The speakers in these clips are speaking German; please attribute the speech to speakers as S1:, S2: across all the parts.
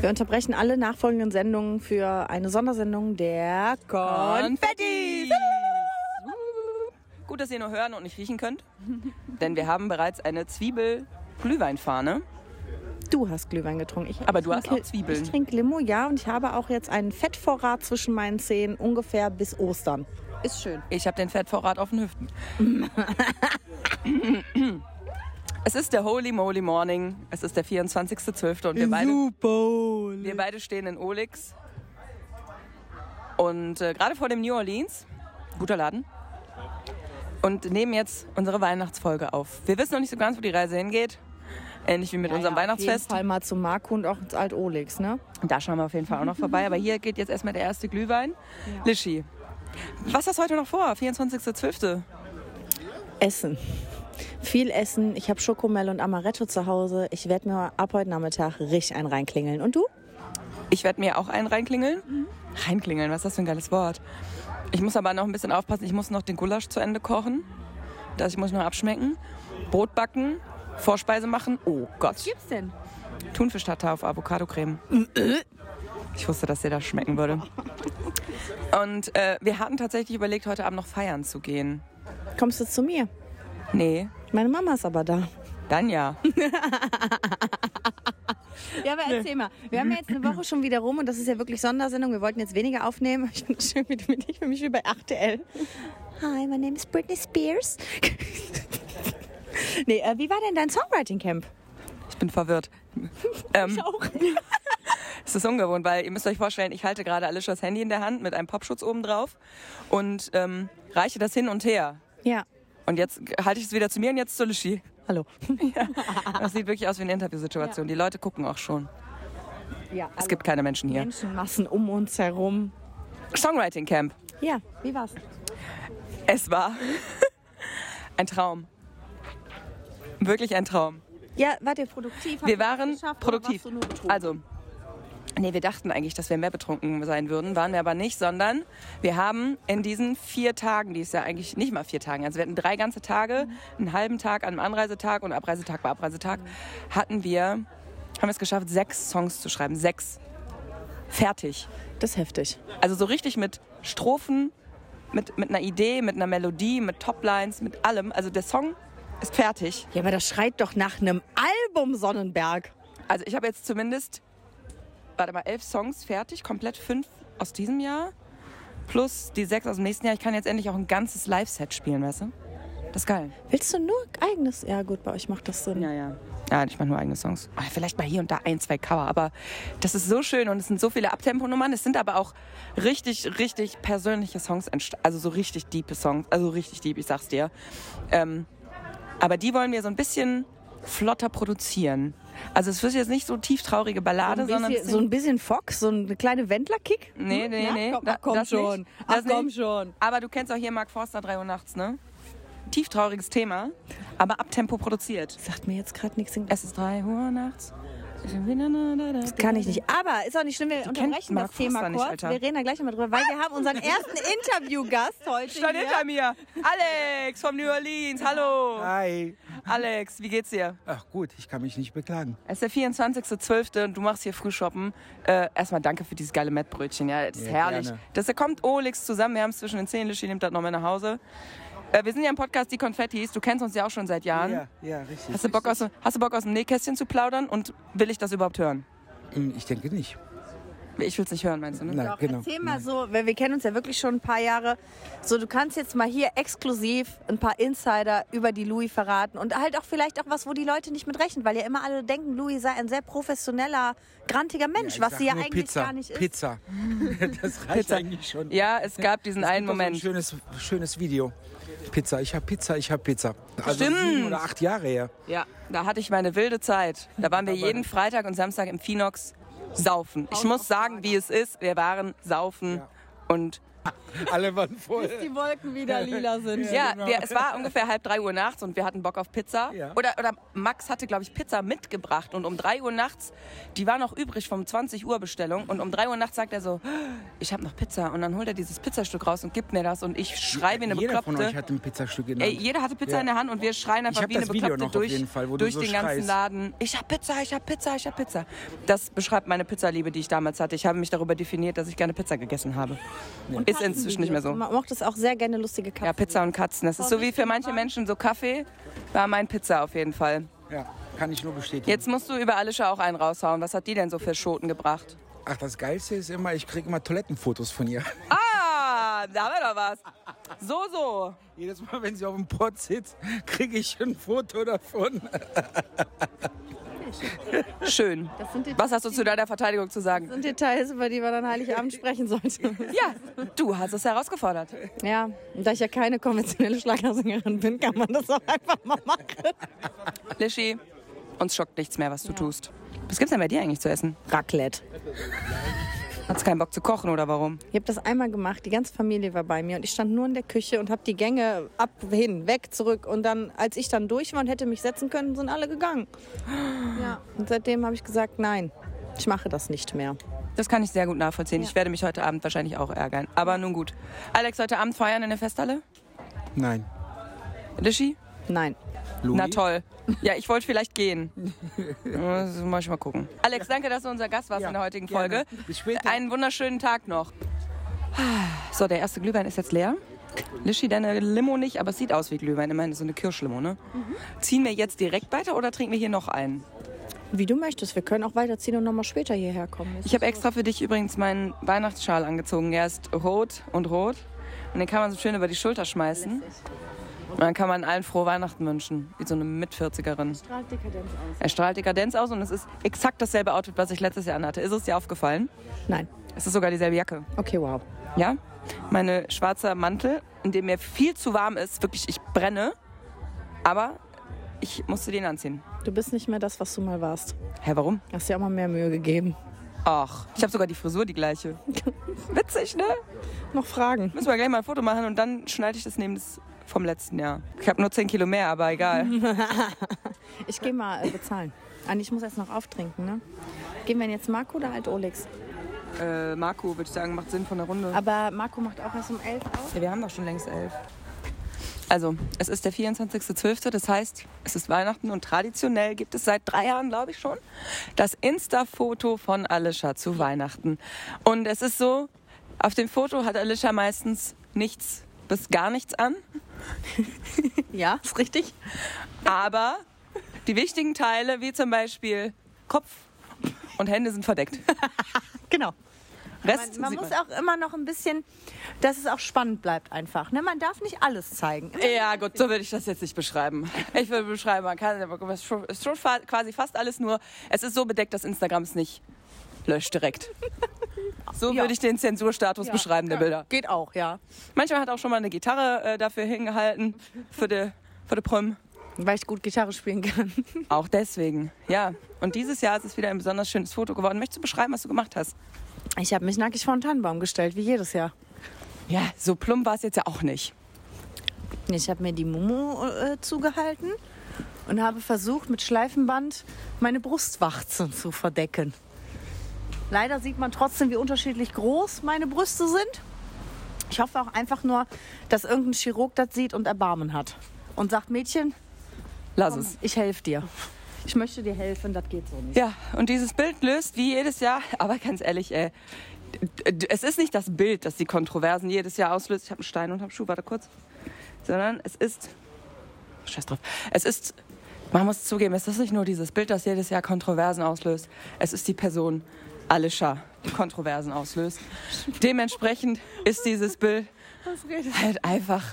S1: Wir unterbrechen alle nachfolgenden Sendungen für eine Sondersendung der Konfetti.
S2: Gut, dass ihr nur hören und nicht riechen könnt, denn wir haben bereits eine Zwiebel-Glühweinfahne.
S1: Du hast Glühwein getrunken. Ich,
S2: Aber
S1: ich
S2: du hast
S1: trinke-
S2: auch Zwiebeln.
S1: Ich trinke Limo, ja, und ich habe auch jetzt einen Fettvorrat zwischen meinen Zähnen ungefähr bis Ostern. Ist schön.
S2: Ich habe den Fettvorrat auf den Hüften. es ist der Holy Moly Morning. Es ist der 24.12. und wir beide, wir beide stehen in Olix. Und äh, gerade vor dem New Orleans, guter Laden, und nehmen jetzt unsere Weihnachtsfolge auf. Wir wissen noch nicht so ganz, wo die Reise hingeht. Ähnlich wie mit unserem
S1: Auf jeden
S2: Weihnachtsfest.
S1: Fall mal zu Marco und auch ins Alt Olix, ne?
S2: Da schauen wir auf jeden Fall auch noch vorbei. Aber hier geht jetzt erstmal der erste Glühwein. Lischi, was hast du heute noch vor? 24.12.
S1: Essen. Viel Essen. Ich habe Schokomel und Amaretto zu Hause. Ich werde mir ab heute Nachmittag richtig einen reinklingeln. Und du?
S2: Ich werde mir auch einen reinklingeln. Reinklingeln, was ist das für ein geiles Wort? Ich muss aber noch ein bisschen aufpassen. Ich muss noch den Gulasch zu Ende kochen. Das ich muss noch abschmecken. Brot backen, Vorspeise machen. Oh Gott.
S1: gibt's denn?
S2: Thunfisch-Tatar auf Avocado-Creme. Ich wusste, dass dir das schmecken würde. Und äh, wir hatten tatsächlich überlegt, heute Abend noch feiern zu gehen.
S1: Kommst du zu mir?
S2: Nee,
S1: Meine Mama ist aber da.
S2: dann ja.
S1: Ja, aber erzähl mal. Wir haben ja jetzt eine Woche schon wieder rum und das ist ja wirklich Sondersendung. Wir wollten jetzt weniger aufnehmen. Ich finde schön, wie du mit ich fühle mich wie bei RTL. Hi, my name is Britney Spears. nee, äh, wie war denn dein Songwriting Camp?
S2: Ich bin verwirrt. Ähm,
S1: Auch.
S2: Es ist ungewohnt, weil ihr müsst euch vorstellen, ich halte gerade Alishas Handy in der Hand mit einem Popschutz oben drauf und ähm, reiche das hin und her.
S1: Ja.
S2: Und jetzt halte ich es wieder zu mir und jetzt zu Lishi.
S1: Hallo.
S2: Das sieht wirklich aus wie eine Interviewsituation. Die Leute gucken auch schon.
S1: Ja,
S2: Es gibt keine Menschen hier.
S1: Menschenmassen um uns herum.
S2: Songwriting Camp.
S1: Ja, wie war's?
S2: Es war ein Traum. Wirklich ein Traum.
S1: Ja, wart ihr produktiv? Habt ihr
S2: Wir
S1: was
S2: waren
S1: geschafft oder warst
S2: produktiv.
S1: du nur betrunken?
S2: Also, nee, wir dachten eigentlich, dass wir mehr betrunken sein würden, waren wir aber nicht, sondern wir haben in diesen vier Tagen, die es ja eigentlich nicht mal vier Tagen, also wir hatten drei ganze Tage, einen halben Tag, einen Anreisetag und Abreisetag war Abreisetag, hatten wir, haben wir es geschafft, sechs Songs zu schreiben. Sechs. Fertig.
S1: Das ist heftig.
S2: Also so richtig mit Strophen, mit, mit einer Idee, mit einer Melodie, mit Toplines, mit allem. Also der Song ist fertig.
S1: Ja, aber das schreit doch nach einem Album Sonnenberg.
S2: Also ich habe jetzt zumindest, warte mal, elf Songs fertig, komplett fünf aus diesem Jahr, plus die sechs aus dem nächsten Jahr. Ich kann jetzt endlich auch ein ganzes Live-Set spielen, weißt du? Das ist geil.
S1: Willst du nur eigenes? Ja, gut, bei euch macht das Sinn.
S2: ja. Ja, ich mache nur eigene Songs. Ah, Vielleicht mal hier und da ein, zwei Cover, aber das ist so schön und es sind so viele Abtempo-Nummern. Es sind aber auch richtig, richtig persönliche Songs, entsta- also so richtig diepe Songs, also richtig deep, ich sag's dir. Ähm, aber die wollen wir so ein bisschen flotter produzieren. Also es wird jetzt nicht so tief traurige Ballade,
S1: so, ein
S2: sondern es
S1: bisschen,
S2: sind-
S1: so ein bisschen Fox, so eine kleine Wendler-Kick?
S2: Nee,
S1: Hm?
S2: nee,
S1: Na,
S2: nee.
S1: Komm,
S2: da-
S1: ach, komm
S2: das
S1: schon.
S2: Nicht.
S1: Ach,
S2: Das
S1: komm
S2: nicht.
S1: schon.
S2: Aber du kennst auch hier Mark Forster 3 Uhr nachts, ne? Tieftrauriges Thema, aber ab Tempo produziert.
S1: Sagt mir jetzt gerade nichts.
S2: Es ist 3 Uhr nachts.
S1: Das kann ich nicht. Aber ist auch nicht schlimm, wir unterbrechen das
S2: Mark Forster
S1: Thema
S2: nicht,
S1: kurz.
S2: Alter.
S1: wir reden da gleich nochmal drüber, weil wir haben unseren ersten Interviewgast heute
S2: Stand
S1: hier.
S2: hinter mir. Alex vom New Orleans. Hallo.
S3: Hi.
S2: Alex, wie geht's dir?
S3: Ach gut, ich kann mich nicht beklagen.
S2: Es ist der 24.12. und du machst hier Frühshoppen. Äh, erstmal danke für dieses geile Mettbrötchen. Ja, das ist
S3: Ja,
S2: herrlich.
S3: gerne.
S2: Das da kommt Olix zusammen. Wir haben es zwischen den Zähnen. Lischi nimmt das nochmal nach Hause. Äh, wir sind ja im Podcast Die Konfettis. Du kennst uns ja auch schon seit Jahren.
S3: Ja, ja, richtig.
S2: Hast du, Bock aus, dem- hast du Bock aus dem Nähkästchen zu plaudern und will ich das überhaupt hören?
S3: Hm, Ich denke nicht.
S2: Ich will's nicht hören, meinst du? Ne?
S3: Nein,
S1: Doch,
S3: genau.
S1: Erzähl mal so, weil wir kennen uns ja wirklich schon ein paar Jahre. So, du kannst jetzt mal hier exklusiv ein paar Insider über die Louis verraten und halt auch vielleicht auch was, wo die Leute nicht mit rechnen, weil ja immer alle denken, Louis sei ein sehr professioneller, grantiger Mensch,
S3: Ich
S1: was
S3: sag
S1: sie ja
S3: nur
S1: eigentlich
S3: Pizza.
S1: gar nicht ist.
S3: Pizza. Das reicht eigentlich schon.
S2: Ja, es gab diesen einen
S3: Das
S2: Moment.
S3: ist ein schönes, schönes Video. Pizza, ich hab Pizza, ich hab Pizza. Also
S2: Stimmt.
S3: sieben oder acht Jahre her.
S2: Ja, da hatte ich meine wilde Zeit. Da waren wir
S3: Aber-
S2: jeden Freitag und Samstag im Finox saufen. Ich muss sagen, wie es ist. Wir waren saufen und
S3: Alle waren voll.
S1: Die Wolken wieder lila sind.
S2: Ja,
S3: genau.
S2: wir, es war ungefähr halb drei Uhr nachts und wir hatten Bock auf Pizza.
S3: Ja.
S2: Oder, oder Max hatte, glaube ich, Pizza mitgebracht und um drei Uhr nachts, die war noch übrig vom 20 Uhr Bestellung und um drei Uhr nachts sagt er so, ich habe noch Pizza und dann holt er dieses Pizzastück raus und gibt mir das und ich schrei wie eine
S3: Jeder von
S2: Bekloppte.
S3: euch hat ein Pizzastück genannt.
S2: Ey, jeder hatte Pizza
S3: Ja.
S2: in der Hand und wir schreien einfach
S3: Ich hab
S2: wie eine
S3: das Video
S2: Bekloppte
S3: noch auf
S2: durch,
S3: jeden Fall, wo du
S2: durch
S3: so
S2: den ganzen
S3: schreist.
S2: Laden. Ich hab Pizza, ich hab Pizza, ich hab Pizza. Das beschreibt meine Pizzaliebe, die ich damals hatte. Ich habe mich darüber definiert, dass ich gerne Pizza gegessen habe. Ist inzwischen nicht mehr so.
S1: Man mochte es auch sehr gerne lustige
S2: Ja,
S1: Katzen.
S2: Pizza und Katzen. Das ist so wie für manche Menschen so Kaffee, war mein Pizza auf jeden Fall.
S3: ja, kann ich nur bestätigen.
S2: Jetzt musst du über Alicia auch einen raushauen. Was hat die denn so für Schoten gebracht?
S3: Ach, das Geilste ist immer, ich kriege immer Toilettenfotos von ihr.
S2: Ah, da haben wir doch was. So, so.
S3: Jedes Mal, wenn sie auf dem Pott sitzt, kriege ich ein Foto davon.
S2: Schön.
S1: sind die-
S2: Was hast du zu deiner Verteidigung zu sagen?
S1: Und Details, über die wir dann Heiligabend sprechen sollten.
S2: Ja, du hast es herausgefordert.
S1: Ja, und da ich ja keine konventionelle Schlagersängerin bin, kann man das auch einfach mal machen.
S2: Lischi, uns schockt nichts mehr, was du tust. Was gibt's denn bei dir eigentlich zu essen?
S1: Raclette.
S2: Hat's keinen Bock zu kochen oder warum?
S1: Ich habe das einmal gemacht, die ganze Familie war bei mir und ich stand nur in der Küche und habe die Gänge ab, hin, weg, zurück. Und dann, als ich dann durch war und hätte mich setzen können, sind alle gegangen. Ja. Und seitdem habe ich gesagt, nein, ich mache das nicht mehr.
S2: Das kann ich sehr gut nachvollziehen. Ich werde mich heute Abend wahrscheinlich auch ärgern. Aber nun gut. Alex, heute Abend feiern in der Festhalle?
S3: Nein.
S2: Lischi?
S1: Nein.
S3: Louis?
S2: Na toll. Ja, ich wollte vielleicht gehen. Das muss ich mal gucken. Alex, danke, dass du unser Gast warst
S3: Ja,
S2: in der heutigen
S3: gerne.
S2: Folge.
S3: Bis später.
S2: Einen wunderschönen Tag noch. So, der erste Glühwein ist jetzt leer. Lischi, deine Limo nicht, aber es sieht aus wie Glühwein. Immerhin ist so eine Kirschlimo, ne? Ziehen wir jetzt direkt weiter oder trinken wir hier noch einen?
S1: Wie du möchtest, wir können auch weiterziehen und nochmal später hierher kommen.
S2: Ich habe extra für dich übrigens meinen Weihnachtsschal angezogen. Er ist rot und rot. Und den kann man so schön über die Schulter schmeißen. Und dann kann man allen frohe Weihnachten wünschen, wie so eine Mit-40erin.
S1: strahlt Dekadenz aus.
S2: Er strahlt Dekadenz aus und es ist exakt dasselbe Outfit, was ich letztes Jahr anhatte. Ist es dir aufgefallen?
S1: Nein.
S2: Es ist sogar dieselbe Jacke.
S1: Okay, wow.
S2: Ja? Meine schwarze Mantel, in dem mir viel zu warm ist. Wirklich, ich brenne. Aber ich musste den anziehen.
S1: Du bist nicht mehr das, was du mal warst.
S2: Hä, warum?
S1: Hast dir auch mal mehr Mühe gegeben.
S2: Ach, ich habe sogar die Frisur die gleiche. Witzig, ne?
S1: Noch Fragen?
S2: Müssen wir gleich mal ein Foto machen und dann schneide ich das neben das vom letzten Jahr. Ich habe nur 10 Kilo mehr, aber egal.
S1: Ich gehe mal äh, bezahlen. Anni, ich muss erst noch auftrinken, ne? Gehen wir denn jetzt Marco oder halt alt Olex?
S2: äh, Marco, würde ich sagen, macht Sinn von der Runde.
S1: Aber Marco macht auch erst um elf auf.
S2: Ja, wir haben doch schon längst elf. Also, es ist der 24.12., das heißt, es ist Weihnachten und traditionell gibt es seit drei Jahren, glaube ich schon, das Insta-Foto von Alicia zu Weihnachten. Und es ist so, auf dem Foto hat Alicia meistens nichts bis gar nichts an,
S1: Ja, ist richtig.
S2: aber die wichtigen Teile, wie zum Beispiel Kopf und Hände, sind verdeckt.
S1: Genau.
S2: Rest
S1: Man, man
S2: sieht
S1: muss
S2: man.
S1: auch immer noch ein bisschen, dass es auch spannend bleibt einfach. Ne? Man darf nicht alles zeigen.
S2: Ja, gut, so würde ich das jetzt nicht beschreiben. Ich würde beschreiben, man kann es ist schon- ist schon fa- quasi fast alles nur, es ist so bedeckt, dass Instagram es nicht löscht direkt. So
S1: Ja.
S2: würde ich den Zensurstatus beschreiben der Bilder.
S1: Geht auch, ja.
S2: Manchmal hat auch schon mal eine Gitarre äh, dafür hingehalten, für die, für die Prüm.
S1: Weil ich gut Gitarre spielen kann.
S2: Auch deswegen, ja. Und dieses Jahr ist es wieder ein besonders schönes Foto geworden. Möchtest du beschreiben, was du gemacht hast?
S1: Ich habe mich nackig vor den Tannenbaum gestellt, wie jedes Jahr.
S2: Ja, so plump war es jetzt ja auch nicht.
S1: Ich habe mir die Mumu äh, zugehalten und habe versucht, mit Schleifenband meine Brustwarzen zu verdecken. Leider sieht man trotzdem, wie unterschiedlich groß meine Brüste sind. Ich hoffe auch einfach nur, dass irgendein Chirurg das sieht und Erbarmen hat. Und sagt, Mädchen,
S2: Lass
S1: komm,
S2: es.
S1: ich helfe dir. Ich möchte dir helfen, das geht so nicht.
S2: Ja, und dieses Bild löst wie jedes Jahr, aber ganz ehrlich, ey, d- d- es ist nicht das Bild, das die Kontroversen jedes Jahr auslöst. Ich habe einen Stein und habe einen Schuh, warte kurz. Sondern es ist. Scheiß drauf. Es ist. Man muss zugeben, es ist nicht nur dieses Bild, das jedes Jahr Kontroversen auslöst. Es ist die Person Alicia, die Kontroversen auslöst. Dementsprechend ist dieses Bild halt einfach.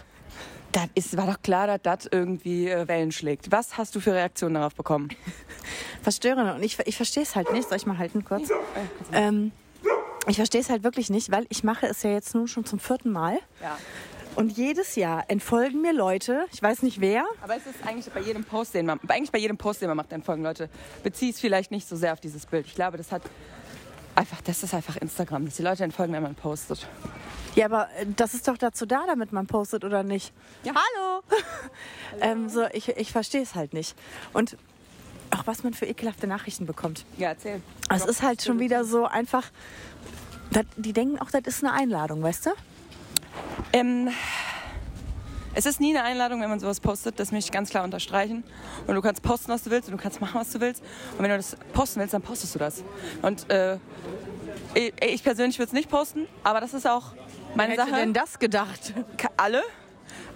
S2: Das ist, war doch klar, dass das irgendwie äh, Wellen schlägt. Was hast du für Reaktionen darauf bekommen?
S1: verstörende. Und ich, ich verstehe es halt nicht. Soll ich mal halten kurz? Ähm, ich verstehe es halt wirklich nicht, weil ich mache es ja jetzt nun schon zum vierten Mal.
S2: Ja.
S1: Und jedes Jahr entfolgen mir Leute, ich weiß nicht wer.
S2: Aber es ist eigentlich bei jedem Post, den man, eigentlich bei jedem Post, den man macht, entfolgen Leute. Bezieh es vielleicht nicht so sehr auf dieses Bild. Ich glaube, das hat einfach, das ist einfach Instagram, dass die Leute entfolgen, wenn man postet.
S1: Ja, aber äh, das ist doch dazu da, damit man postet oder nicht.
S2: Ja.
S1: Hallo! ähm, so, ich, ich verstehe es halt nicht. Und auch was man für ekelhafte Nachrichten bekommt.
S2: Ja, erzähl.
S1: Es ist halt schon wieder so einfach. Das, die denken auch, das ist eine Einladung, weißt du?
S2: Ähm, es ist nie eine Einladung, wenn man sowas postet. Das möchte ich ganz klar unterstreichen. Und du kannst posten, was du willst und du kannst machen, was du willst. Und wenn du das posten willst, dann postest du das. Und äh, ich, ich persönlich würde es nicht posten, aber das ist auch meine
S1: Hätte
S2: Sache.
S1: denn das gedacht?
S2: Ka- alle.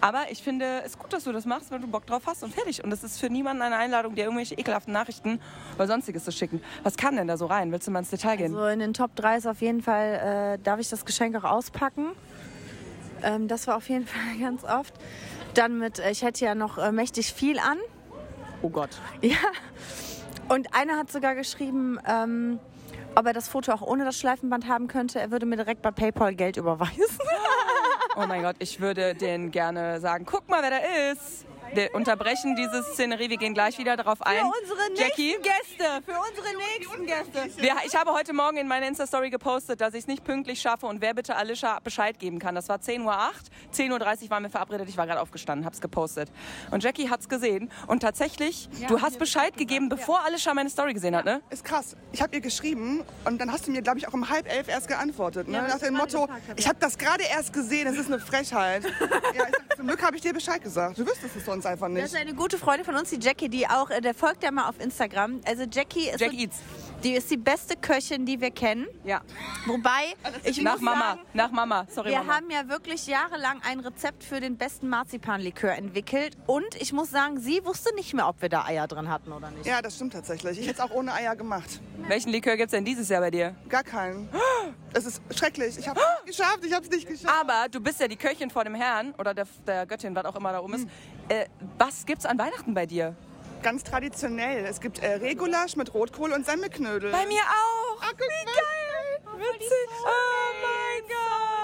S2: Aber ich finde es gut, dass du das machst, weil du Bock drauf hast und fertig. Und das ist für niemanden eine Einladung, dir irgendwelche ekelhaften Nachrichten oder sonstiges zu schicken. Was kann denn da so rein? Willst du mal ins Detail gehen?
S1: So in den Top 3 ist auf jeden Fall, äh, darf ich das Geschenk auch auspacken. Ähm, das war auf jeden Fall ganz oft. Dann mit, äh, ich hätte ja noch äh, mächtig viel an.
S2: oh Gott.
S1: Ja. Und einer hat sogar geschrieben, ähm, ob er das Foto auch ohne das Schleifenband haben könnte. Er würde mir direkt bei PayPal Geld überweisen.
S2: Oh mein Gott, ich würde denen gerne sagen, guck mal, wer da ist. Wir unterbrechen diese Szenerie, wir gehen gleich wieder darauf ein. Jackie,
S1: Gäste, für unsere nächsten Gäste.
S2: wir, ich habe heute Morgen in meiner Insta-Story gepostet, dass ich es nicht pünktlich schaffe und wer bitte Alicia Bescheid geben kann. Das war 10.08 Uhr, 10.30 Uhr waren wir verabredet, ich war gerade aufgestanden, habe es gepostet. Und Jackie hat es gesehen und tatsächlich, du hast Bescheid gegeben, bevor Alicia meine Story gesehen hat, ne?
S4: Ist krass. Ich habe ihr geschrieben und dann hast du mir, glaube ich, auch um halb elf erst geantwortet. Ne? Nach dem Motto, ich habe das gerade erst gesehen, das ist eine Frechheit. ja, ich sag, zum Glück habe ich dir Bescheid gesagt. Du wüsstest es sonst einfach
S1: Das
S4: nicht.
S1: ist eine gute Freundin von uns, die Jackie, die auch, äh, der folgt ja mal auf Instagram. Also Jackie ist,
S2: Jack
S1: so,
S2: Eats.
S1: die, ist die beste Köchin, die wir kennen.
S2: Ja.
S1: Wobei, ich
S2: nach
S1: muss
S2: Mama,
S1: sagen,
S2: nach Mama, sorry
S1: wir
S2: Mama.
S1: haben ja wirklich jahrelang ein Rezept für den besten Marzipanlikör entwickelt. Und ich muss sagen, sie wusste nicht mehr, ob wir da Eier drin hatten oder nicht.
S4: Ja, das stimmt tatsächlich. Ich hätte es auch ohne Eier gemacht.
S2: Welchen Likör gibt's denn dieses Jahr bei dir?
S4: Gar keinen. Es ist schrecklich. Ich habe es nicht geschafft, ich habe es nicht geschafft.
S2: Aber du bist ja die Köchin vor dem Herrn oder der, der Göttin, was auch immer da oben ist. Äh, was gibt's an Weihnachten bei dir?
S4: Ganz traditionell. Es gibt äh, Regulasch mit Rotkohl und Semmelknödel.
S2: Bei mir auch.
S4: Ah, guck mal.
S2: Witzig.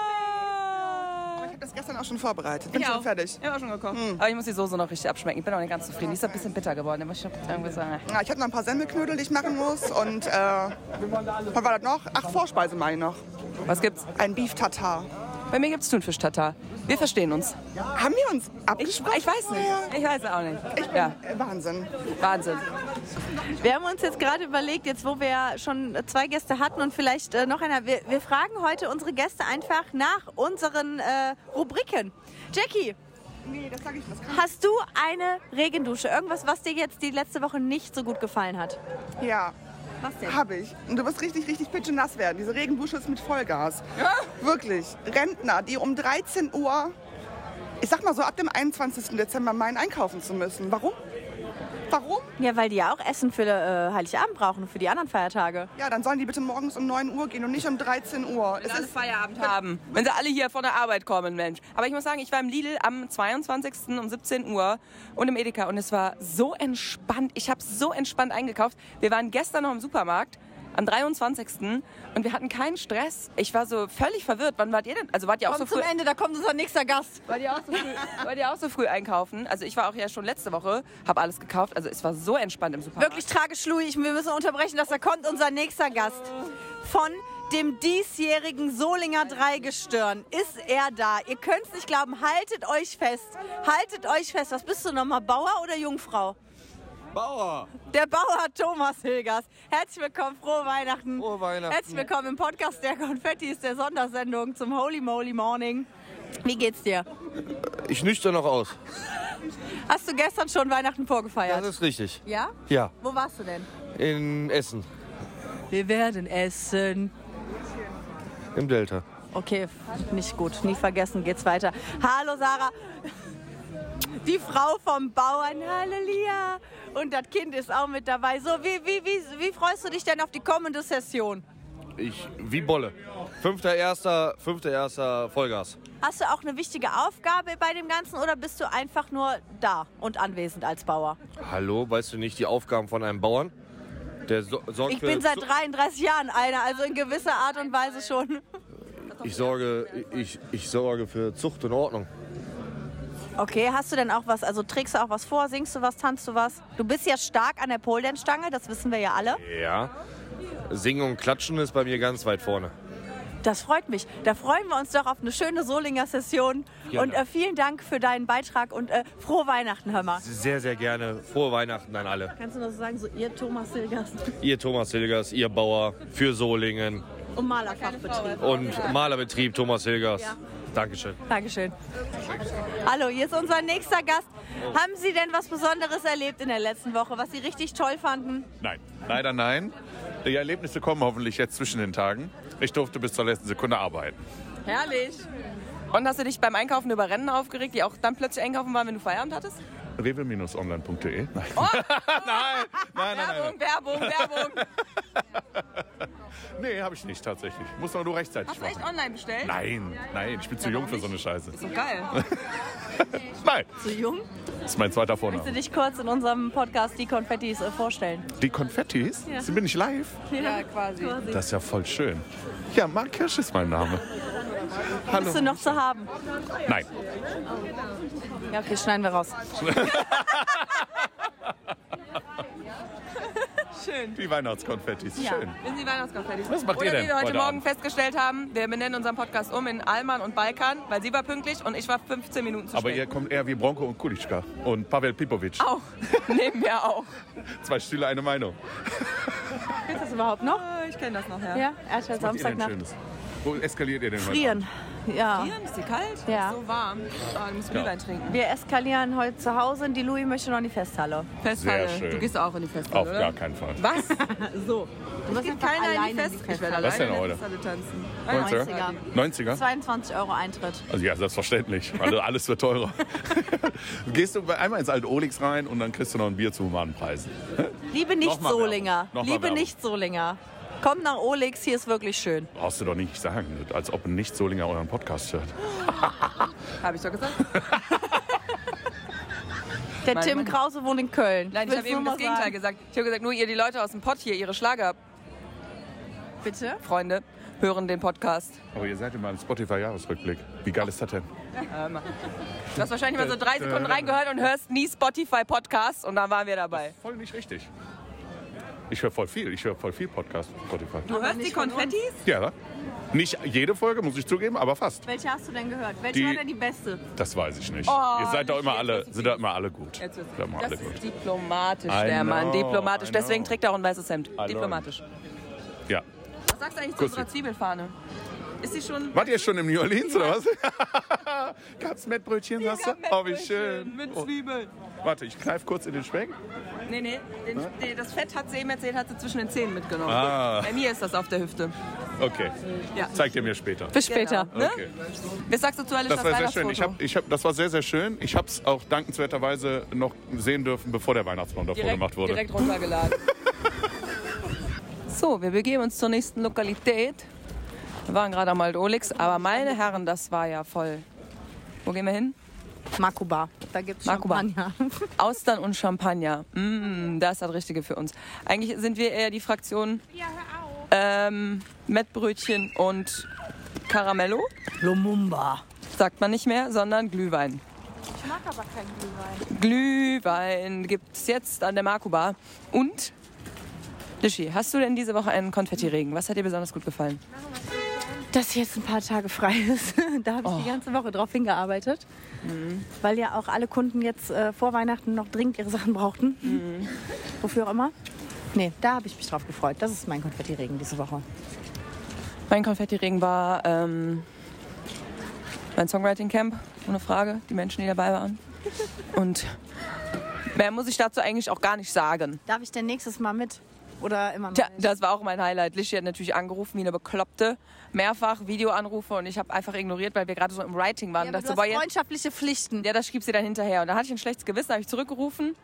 S2: Oh mein
S4: Ich
S2: Gott.
S4: habe das gestern auch schon vorbereitet. Bin schon fertig.
S2: Ich habe auch schon gekocht. Aber ich muss die Soße noch richtig abschmecken. Ich bin auch nicht ganz zufrieden. Die ist ein bisschen bitter geworden. Da muss ich noch irgendwie sagen.
S4: Ja, ich habe noch ein paar Semmelknödel, die ich machen muss. Und äh, was war das noch? Ach, Vorspeise meine ich noch.
S2: Was gibt's?
S4: Ein Beef Tatar.
S2: Bei mir gibt's Thunfisch-Tatar. Wir verstehen uns.
S4: Haben wir uns
S2: Ich, ich
S4: abgesprochen?
S2: weiß nicht. Ich weiß auch nicht. Ja,
S4: Äh, Wahnsinn.
S2: Wahnsinn.
S1: Wir haben uns jetzt gerade überlegt, jetzt wo wir ja schon zwei Gäste hatten und vielleicht äh, noch einer, wir, wir fragen heute unsere Gäste einfach nach unseren äh, Rubriken. Jackie,
S4: Nee, das sage ich, das kann
S1: hast du eine Regendusche? Irgendwas, was dir jetzt die letzte Woche nicht so gut gefallen hat?
S4: Ja,
S1: Was denn?
S4: habe ich. Und du wirst richtig, richtig pitschenass werden. Diese Regenbusche ist mit Vollgas. Wirklich. Rentner, die um 13 Uhr, ich sag mal so, ab dem 21. Dezember meinen, einkaufen zu müssen. Warum? Warum?
S1: Ja, weil die ja auch Essen für äh, Heiligabend brauchen und für die anderen Feiertage.
S4: Ja, dann sollen die bitte morgens um 9 Uhr gehen und nicht um 13 Uhr. Es ist
S2: Feierabend haben. Wenn sie alle hier von der Arbeit kommen, Mensch. Aber ich muss sagen, ich war im Lidl am 22. um 17 Uhr und im Edeka und es war so entspannt. Ich habe so entspannt eingekauft. Wir waren gestern noch im Supermarkt am 23. und wir hatten keinen Stress. Ich war so völlig verwirrt. Wann wart ihr denn? Also wart ihr auch so früh?
S1: Ende, da kommt unser nächster Gast.
S2: Wollt ihr, auch so früh, wollt ihr auch so früh einkaufen? Also ich war auch ja schon letzte Woche, habe alles gekauft. Also es war so entspannt im Supermarkt.
S1: Wirklich tragisch, Louis. Wir müssen unterbrechen, dass da kommt unser nächster Gast. Von dem diesjährigen Solinger Dreigestirn ist er da. Ihr könnt es nicht glauben. Haltet euch fest. Haltet euch fest. Was bist du nochmal, Bauer oder Jungfrau?
S5: Bauer!
S1: Der Bauer Thomas Hilgers. Herzlich willkommen, frohe Weihnachten.
S5: Frohe Weihnachten.
S1: Herzlich willkommen im Podcast der Konfettis, der Sondersendung zum Holy Moly Morning. Wie geht's dir?
S5: Ich nüchtern noch aus.
S1: Hast du gestern schon Weihnachten vorgefeiert?
S5: Das ist richtig.
S1: ja?
S5: Ja,
S1: Wo warst du denn?
S5: in Essen,
S1: Wir werden essen.
S5: im Delta.
S1: Okay, f- nicht gut. Nie vergessen, geht's weiter. Hallo Sarah. Die Frau vom Bauern, Halleluja. Und das Kind ist auch mit dabei. So, wie, wie, wie, wie freust du dich denn auf die kommende Session?
S5: Ich, wie Bolle. Fünfter, erster, fünfter, erster, Vollgas.
S1: Hast du auch eine wichtige Aufgabe bei dem Ganzen oder bist du einfach nur da und anwesend als Bauer?
S5: Hallo, weißt du nicht die Aufgaben von einem Bauern? Der so, sorgt
S1: Ich
S5: für
S1: bin seit
S5: Zu-
S1: 33 Jahren einer, also in gewisser Art und Weise schon.
S5: ich sorge, ich, ich sorge für Zucht und Ordnung.
S1: Okay, hast du denn auch was, also trägst du auch was vor, singst du was, tanzt du was? Du bist ja stark an der Pole-Dance-Stange, das wissen wir ja alle.
S5: Ja. Singen und Klatschen ist bei mir ganz weit vorne.
S1: Das freut mich. Da freuen wir uns doch auf eine schöne Solinger Session.
S5: Gerne.
S1: Und äh, vielen Dank für deinen Beitrag und äh, frohe Weihnachten, hör mal.
S5: Sehr, sehr gerne. Frohe Weihnachten an alle.
S1: Kannst du noch so sagen, so ihr Thomas Silgers
S5: Ihr Thomas Hilgers, ihr Bauer für Solingen
S1: und Malerfachbetrieb.
S5: und Malerbetrieb Thomas Hilgers. Dankeschön.
S1: Dankeschön. Hallo, hier ist unser nächster Gast. Haben Sie denn was Besonderes erlebt in der letzten Woche, was Sie richtig toll fanden?
S6: Nein, leider nein. Die Erlebnisse kommen hoffentlich jetzt zwischen den Tagen. Ich durfte bis zur letzten Sekunde arbeiten.
S1: Herrlich.
S2: Und hast du dich beim Einkaufen über Rennen aufgeregt, die auch dann plötzlich einkaufen waren, wenn du Feierabend hattest?
S6: rewe-online.de. Nein.
S2: Oh! Werbung, Werbung, Werbung.
S6: Nee, habe ich nicht tatsächlich. Muss man nur rechtzeitig
S2: Hast du echt
S6: machen.
S2: online bestellt?
S6: Nein, nein, ich bin zu jung für so eine Scheiße.
S2: So geil.
S6: Nein,
S1: Zu jung?
S6: das ist mein zweiter
S1: Willst du
S6: Vorname.
S1: dich kurz in unserem Podcast die Konfettis äh, vorstellen?
S6: Die Konfettis? Sie bin ich live?
S1: Ja, quasi.
S6: Das ist ja voll schön. Ja, Marc Kirsch ist mein Name.
S1: Bist du noch zu haben?
S6: Nein,
S1: Ja, okay, schneiden wir raus.
S6: die Weihnachtskonfettis. Schön.
S2: Sind Sie Weihnachtskonfetti?
S6: Was macht
S2: Oder
S6: ihr denn
S2: wie wir heute,
S6: heute
S2: Morgen
S6: Abend?
S2: festgestellt haben, wir benennen unseren Podcast um in Alman und Balkan, weil sie war pünktlich und ich war 15 Minuten zu
S6: Aber ihr
S2: spät.
S6: kommt eher wie Bronco und Kulitschka und Pavel Pipovic.
S2: auch. Nehmen wir auch.
S6: Zwei Stühle, eine Meinung.
S1: Ist das überhaupt noch?
S2: Ah, Ich kenne das noch,
S1: Ja, erst am
S6: Was macht ihr denn
S1: Samstagnacht.
S6: Schönes? Wo eskaliert ihr denn heute
S1: Frieren. Ja.
S2: Ist sie kalt?
S1: Ja.
S2: Ist so warm. Ah, du musst Glühwein trinken.
S1: Wir eskalieren heute zu Hause und die Louis möchte noch in die Festhalle.
S2: Festhalle.
S6: Sehr schön.
S2: Du gehst auch in die Festhalle,
S6: Auf
S2: oder?
S6: gar keinen Fall.
S2: Was? so.
S1: Du musst
S2: Es gibt keiner in die Fest. Ich werde
S6: Was
S2: alleine
S6: denn
S2: in
S6: heute?
S2: der Festhalle tanzen.
S6: 90er? 90er?
S1: 22 Euro Eintritt.
S6: Also ja, selbstverständlich. Also alles wird teurer. Gehst du bei- einmal ins alte Olix rein und dann kriegst du noch ein Bier zu humanen Preisen.
S1: Liebe Nicht-Solinger,
S6: Werbung. Nochmal
S1: liebe
S6: Werbung.
S1: Nicht-Solinger, kommt nach Olix, hier ist wirklich schön.
S6: Brauchst du doch nicht sagen, als ob ein Nicht-Solinger euren Podcast hört.
S2: Habe ich doch gesagt.
S1: Der
S2: Mein
S1: Tim
S2: Mann.
S1: Krause wohnt in Köln.
S2: Nein, ich
S1: Willst
S2: habe
S1: du
S2: eben
S1: mal
S2: das Gegenteil
S1: sagen?
S2: gesagt. Ich habe gesagt, nur ihr, die Leute aus dem Pott hier, ihre Schlagerfreunde,
S1: Bitte?
S2: hören den Podcast.
S6: Aber ihr seid in meinem Spotify-Jahresrückblick. Wie geil ist das denn?
S2: Du hast wahrscheinlich mal so drei Sekunden reingehört und hörst nie Spotify-Podcasts und dann waren wir dabei.
S6: Voll nicht richtig. Ich höre voll viel. Ich höre voll viel Podcast auf Spotify.
S2: Du hörst die Konfettis?
S6: Ja, ne? nicht jede Folge, muss ich zugeben, aber fast.
S1: Welche hast du denn gehört? Welche
S6: Die-
S1: war denn die beste?
S6: Das weiß ich Oh, nicht. ihr seid doch immer alle, sind doch immer alle gut.
S2: Jetzt wird's-
S6: Sind doch immer alle
S2: Das
S6: gut.
S2: ist diplomatisch,
S6: I
S2: der Mann.
S6: know,
S2: Diplomatisch.
S6: I
S2: Deswegen
S6: know.
S2: trägt er auch ein weißes Hemd.
S6: know.
S2: Diplomatisch.
S6: Ja.
S2: Was sagst du eigentlich zu
S6: Grüß
S2: unserer
S6: dich.
S2: Zwiebelfahne? Ist sie schon.
S6: Wart ihr schon im New Orleans oder was? Gab's Mettbrötchen, sagst du? Oh, wie schön.
S2: Mit
S6: Oh,
S2: Zwiebeln.
S6: warte, ich kneif kurz in den Speck.
S2: Nee, nee, den, nee, das Fett hat sie eben erzählt, hat sie zwischen den Zähnen mitgenommen.
S6: Ah.
S2: Bei mir ist das auf der Hüfte.
S6: Okay.
S2: Ja.
S6: Zeigt ihr mir später.
S1: Bis später.
S2: Genau, ne?
S6: Okay.
S2: Was sagst du zu Alice
S6: Das war sehr schön.
S2: Weihnachtsfoto?
S6: Ich hab, ich hab, das war sehr, sehr schön. Ich habe es auch dankenswerterweise noch sehen dürfen, bevor der Weihnachtsbaum davor
S2: direkt,
S6: gemacht wurde.
S2: direkt runtergeladen. so, wir begeben uns zur nächsten Lokalität. Wir waren gerade am Alt-Olix, aber meine Herren, das war ja voll. Wo gehen wir hin?
S1: Makuba. Da gibt's
S2: Makuba.
S1: Champagner.
S2: Austern und Champagner. Mm, das ist das Richtige für uns. Eigentlich sind wir eher die Fraktion ähm, Mettbrötchen und Caramello.
S1: Lumumba.
S2: Sagt man nicht mehr, sondern Glühwein.
S1: Ich mag aber keinen Glühwein.
S2: Glühwein gibt es jetzt an der Marco-Bar. Und, Lischi, hast du denn diese Woche einen Konfettiregen? Was hat dir besonders gut gefallen?
S1: Dass jetzt ein paar Tage frei ist, da habe ich
S2: Oh.
S1: die ganze Woche drauf hingearbeitet.
S2: Mhm.
S1: Weil ja auch alle Kunden jetzt äh, vor Weihnachten noch dringend ihre Sachen brauchten. Wofür auch immer. Nee, da habe ich mich drauf gefreut. Das ist mein Konfettiregen diese Woche.
S2: Mein Konfettiregen war ähm, mein Songwriting Camp, ohne Frage, die Menschen, die dabei waren. Und mehr muss ich dazu eigentlich auch gar nicht sagen.
S1: Darf ich denn nächstes Mal mit? Oder immer noch?
S2: Tja,
S1: nicht?
S2: das war auch mein Highlight. Lischi hat natürlich angerufen wie eine Bekloppte. Mehrfach Videoanrufe und ich habe einfach ignoriert, weil wir gerade so im Writing waren.
S1: Ja,
S2: Ja,
S1: aber
S2: dachte,
S1: du
S2: so, boah,
S1: hast
S2: jetzt,
S1: freundschaftliche Pflichten.
S2: ja, das schrieb sie dann hinterher. Und da hatte ich ein schlechtes Gewissen, habe ich zurückgerufen.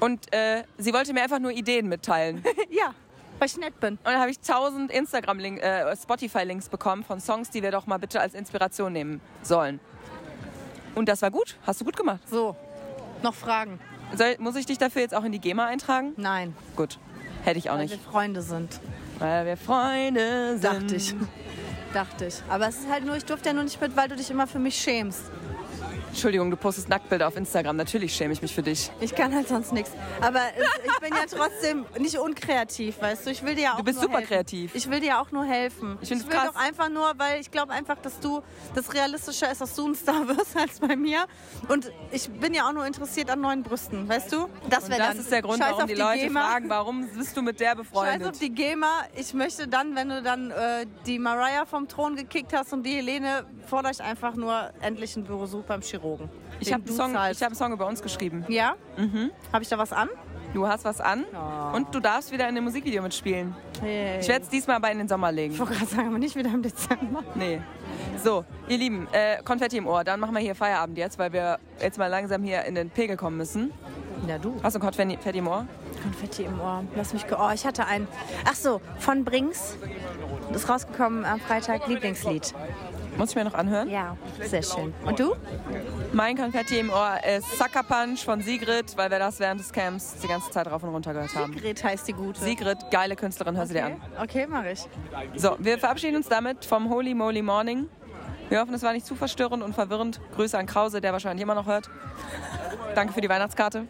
S2: Und äh, sie wollte mir einfach nur Ideen mitteilen.
S1: Ja, weil ich nett bin.
S2: Und dann habe ich 1000 Instagram-Links, äh, Spotify-Links bekommen von Songs, die wir doch mal bitte als Inspiration nehmen sollen. Und das war gut. Hast du gut gemacht.
S1: So, noch Fragen?
S2: Soll, muss ich dich dafür jetzt auch in die GEMA eintragen?
S1: Nein,
S2: Gut. Hätte ich auch
S1: weil wir
S2: nicht.
S1: Freunde sind.
S2: Weil wir Freunde sind.
S1: Dachte
S2: Ähm.
S1: halt ich. Dachte ich. Aber es ist halt nur, ich durfte ja nur nicht mit, weil du dich immer für mich schämst.
S2: Entschuldigung, du postest Nacktbilder auf Instagram. Natürlich schäme ich mich für dich.
S1: Ich kann halt sonst nichts. Aber es- ich bin ja trotzdem nicht unkreativ, weißt du? Ich will dir ja auch
S2: Du bist
S1: nur
S2: super
S1: helfen.
S2: kreativ.
S1: Ich will dir ja auch nur helfen.
S2: Ich find's
S1: will
S2: krass.
S1: doch einfach nur, weil ich glaube einfach, dass du das realistischer ist, dass du ein Star wirst als bei mir. Und ich bin ja auch nur interessiert an neuen Brüsten, weißt du? Das wäre
S2: Das ist der Grund,
S1: Scheiß
S2: warum
S1: auf
S2: die, Leute
S1: GEMA.
S2: fragen, warum bist du mit der
S1: Scheiß auf
S2: befreundet?
S1: die GEMA. Ich möchte dann, wenn du dann äh, die Mariah vom Thron gekickt hast und die Helene, fordere ich einfach nur endlich einen Bürosuch beim Chirurgen.
S2: Ich
S1: Den
S2: habe
S1: du
S2: einen Song,
S1: zahlst.
S2: ich hab Mhm. einen Song über uns geschrieben.
S1: Ja? Habe ich da was an?
S2: Du hast was an und du darfst wieder in dem Musikvideo mitspielen.
S1: Oh. Hey.
S2: Ich werde es diesmal aber in den Sommer legen.
S1: Ich wollte gerade sagen, aber nicht wieder im Dezember.
S2: Nee. So, ihr Lieben, äh, Konfetti im Ohr. Dann machen wir hier Feierabend jetzt, weil wir jetzt mal langsam hier in den Pegel kommen müssen.
S1: Ja, du.
S2: Hast du ein Konfetti im Ohr?
S1: Konfetti im Ohr. Lass mich. ge- Oh, ich hatte einen. Ach so, von Brings. Ist rausgekommen am Freitag. Lieblingslied.
S2: Muss ich mir noch anhören?
S1: Ja, sehr schön. Und du?
S2: Mein Konfetti im Ohr ist Sucker Punch von Sigrid, weil wir das während des Camps die ganze Zeit rauf und runter gehört haben.
S1: Gret heißt die Gute.
S2: Sigrid, geile Künstlerin, hör sie dir
S1: Okay,
S2: an.
S1: okay mache ich.
S2: So, wir verabschieden uns damit vom Holy Moly Morning. Wir hoffen, es war nicht zu verstörend und verwirrend. Grüße an Krause, der wahrscheinlich immer noch hört. Danke für die Weihnachtskarte.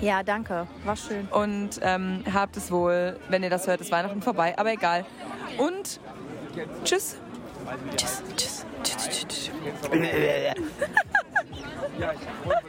S1: Ja, danke. War schön.
S2: Und ähm, habt es wohl, wenn ihr das hört, ist Weihnachten vorbei, aber egal. Und tschüss.
S1: Tschüss, tschüss, tschüss, tschüss, tschüss.